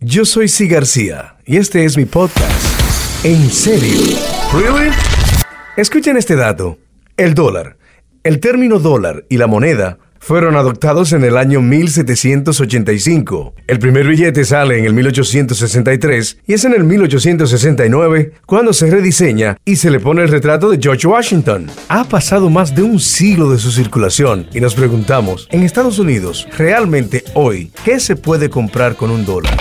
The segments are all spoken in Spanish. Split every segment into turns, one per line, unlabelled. Yo soy Si García y este es mi podcast. En serio.
Really?
Escuchen este dato. El dólar. El término dólar y la moneda fueron adoptados en el año 1785. El primer billete sale en el 1863 y es en el 1869 cuando se rediseña y se le pone el retrato de George Washington. Ha pasado más de un siglo de su circulación y nos preguntamos, en Estados Unidos, realmente hoy, ¿qué se puede comprar con un dólar?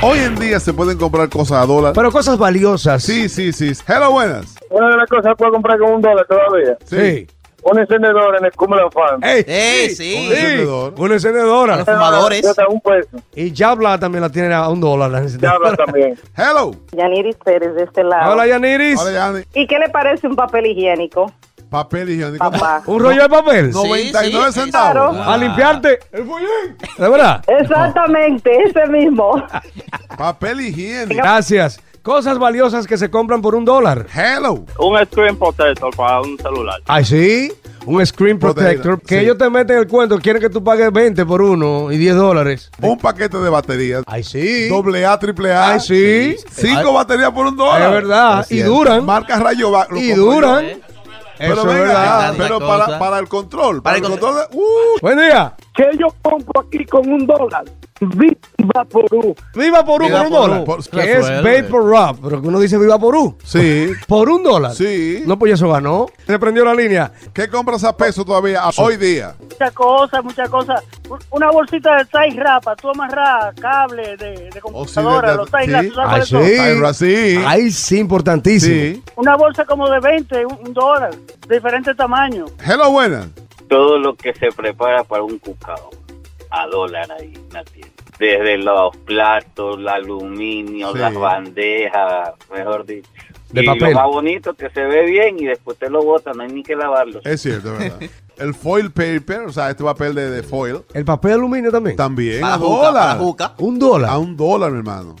Hoy en día se pueden comprar cosas a dólar.
Pero cosas valiosas.
Sí, sí, sí. Hello, buenas.
Una de las cosas que puedo comprar con un dólar todavía.
Sí.
Un encendedor en el Cumberland Farm.
¡Ey!
Eh, sí.
Un encendedor.
Una encendedora.
Los fumadores.
Yo hasta un peso.
Y Yabla también la tiene a un dólar. La
Ya habla
encendedora.
también.
Hello.
Yaniris Pérez de este lado.
Hola, Yaniris.
Ahora ya,
¿Y qué le parece un papel higiénico,
papel higiénico.
papá?
Un rollo de papel.
No.
99
Sí, sí,
centavos.
claro.
A limpiarte. El follón. ¿De verdad?
Exactamente, ese mismo.
Papel higiénico.
Gracias. Cosas valiosas que se compran por un dólar.
Hello.
Un screen protector para un celular.
Ah, sí. Un screen protector.
Proteína,
Que
sí.
ellos te meten el cuento. Quieren que tú pagues 20 por uno y 10 dólares.
Un paquete de baterías.
Ay, sí.
Doble A, triple A.
Ay, sí.
Cinco baterías por un dólar.
Es verdad.
Es
Y
cierto.
duran.
Marcas rayo. va- lo
Y
compro yo. ¿eh?
duran.
Pero
Eso
venga,
es
ah,
verdad.
Tanta
pero
cosa.
para, para el control. Para,
Para
el
el
control. de- Uh,
Buen día.
¿Qué yo compro aquí con un dólar? Viva Perú.
Viva por
Viva
un, por un
por
dólar.
un.
Por-
que es
Resuelve.
Vapor Rub. Pero que uno dice viva por un.
sí.
¿Por un dólar?
Sí.
No, pues ya eso ganó. Se prendió la línea.
¿Qué compras a peso todavía a- hoy día?
muchas cosas, muchas cosas. Un- Una bolsita de tie rapa, tú amarras cable de, de computadora,
de-
los tie
Oh, sí.
wraps, ¿tú sabes
Ay,
cuáles son?
sí.
Ay, sí.
Ahí sí, importantísimo.
Sí.
Una bolsa como de 20, un, un dólar, de diferente tamaño.
Hello, buenas.
todo lo que se prepara para un cucao a dólar ahí en la tienda. Desde los platos, el aluminio,
Sí.
las bandejas, mejor dicho.
De
y
papel.
lo más bonito que se ve bien y después te lo botan, no hay ni que lavarlo.
Eh,
Es cierto, es verdad. El foil paper, o sea, este papel de, de foil,
El papel de aluminio también.
también
Para
a
juca, para
dólar.
juca.
Un
A
dólar.
un dólar, mi hermano.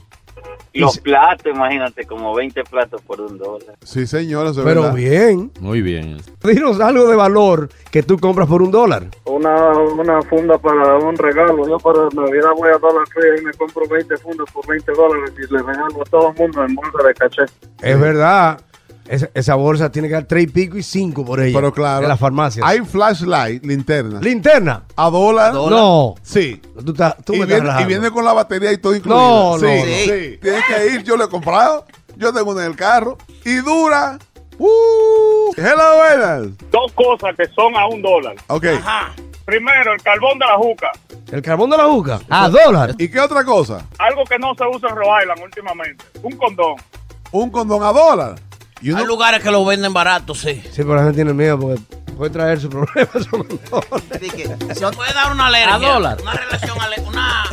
Los platos, imagínate, como 20 platos por un dólar.
Sí, señor, eso es
Pero
verdad.
bien.
Muy bien.
Dinos algo de valor que tú compras por un dólar.
Una, una funda para un regalo. Yo para Navidad voy a Dollar Tree y me compro 20 fundas por 20 dólares y le regalo a todo el mundo en bolsa de caché.
Es verdad. Esa, esa bolsa tiene que dar tres y pico y cinco por ella.
Pero claro.
En las farmacias.
Hay flashlight, linterna.
Linterna.
a dólar.
Dólar.
No.
Sí.
Tú, estás- tú
Y
me
viene,
estás
y
relajando.
viene con la batería y todo incluido.
No, no,
sí,
no.
sí. Tienes que ir, yo lo he comprado. Yo tengo una en el carro. Y dura. Uh, hello, buenas.
Dos cosas que son a un dólar.
Ok.
Primero, el carbón de la juca.
El carbón de la juca.
Ah,
A dólar.
¿Y qué otra cosa?
Algo que no se usa en Rhode Island últimamente. Un condón.
Un condón a dólar. Y uno-
Hay lugares que lo venden barato, sí.
Sí, pero la gente tiene miedo porque puede traer sus problemas. con un dólar.
Así que, se puede dar una alergia.
A dólar.
Una, relación ale- una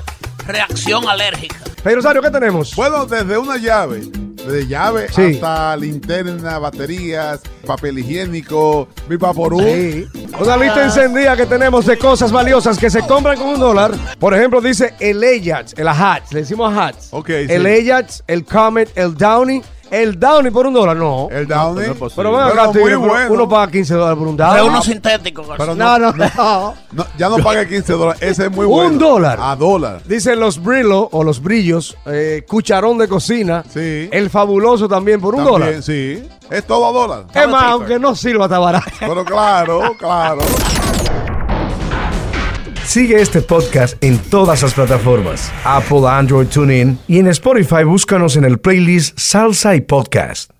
reacción alérgica.
Hey, Rosario, ¿qué tenemos?
Bueno, desde una llave, desde llave
Sí.
hasta linterna, baterías, papel higiénico, mi vaporú.
Sí. Una lista encendida que tenemos de cosas valiosas que se compran con un dólar. Por ejemplo, dice el Ajax, el Hats, le decimos Hats.
Ok,
El
sí.
Ajax, el Comet, el Downey. El Downey por un dólar, no.
El Downy.
No, no es
pero bueno,
Pero muy bueno.
uno paga 15 dólares por un
Es
Downey.
uno sintético.
Pero
no, no, no.
No, ya no pague 15 dólares. Ese es muy
Un
bueno.
dólar.
A dólar.
Dicen los brillos o los brillos, eh, cucharón de cocina.
Sí.
El fabuloso también por un
También,
dólar.
Sí. Es todo a dólar.
Es más, aunque no sirva, está barato.
Pero claro, claro.
Sigue este podcast en todas las plataformas: Apple, Android, TuneIn y en Spotify búscanos en el playlist Salsa y Podcast.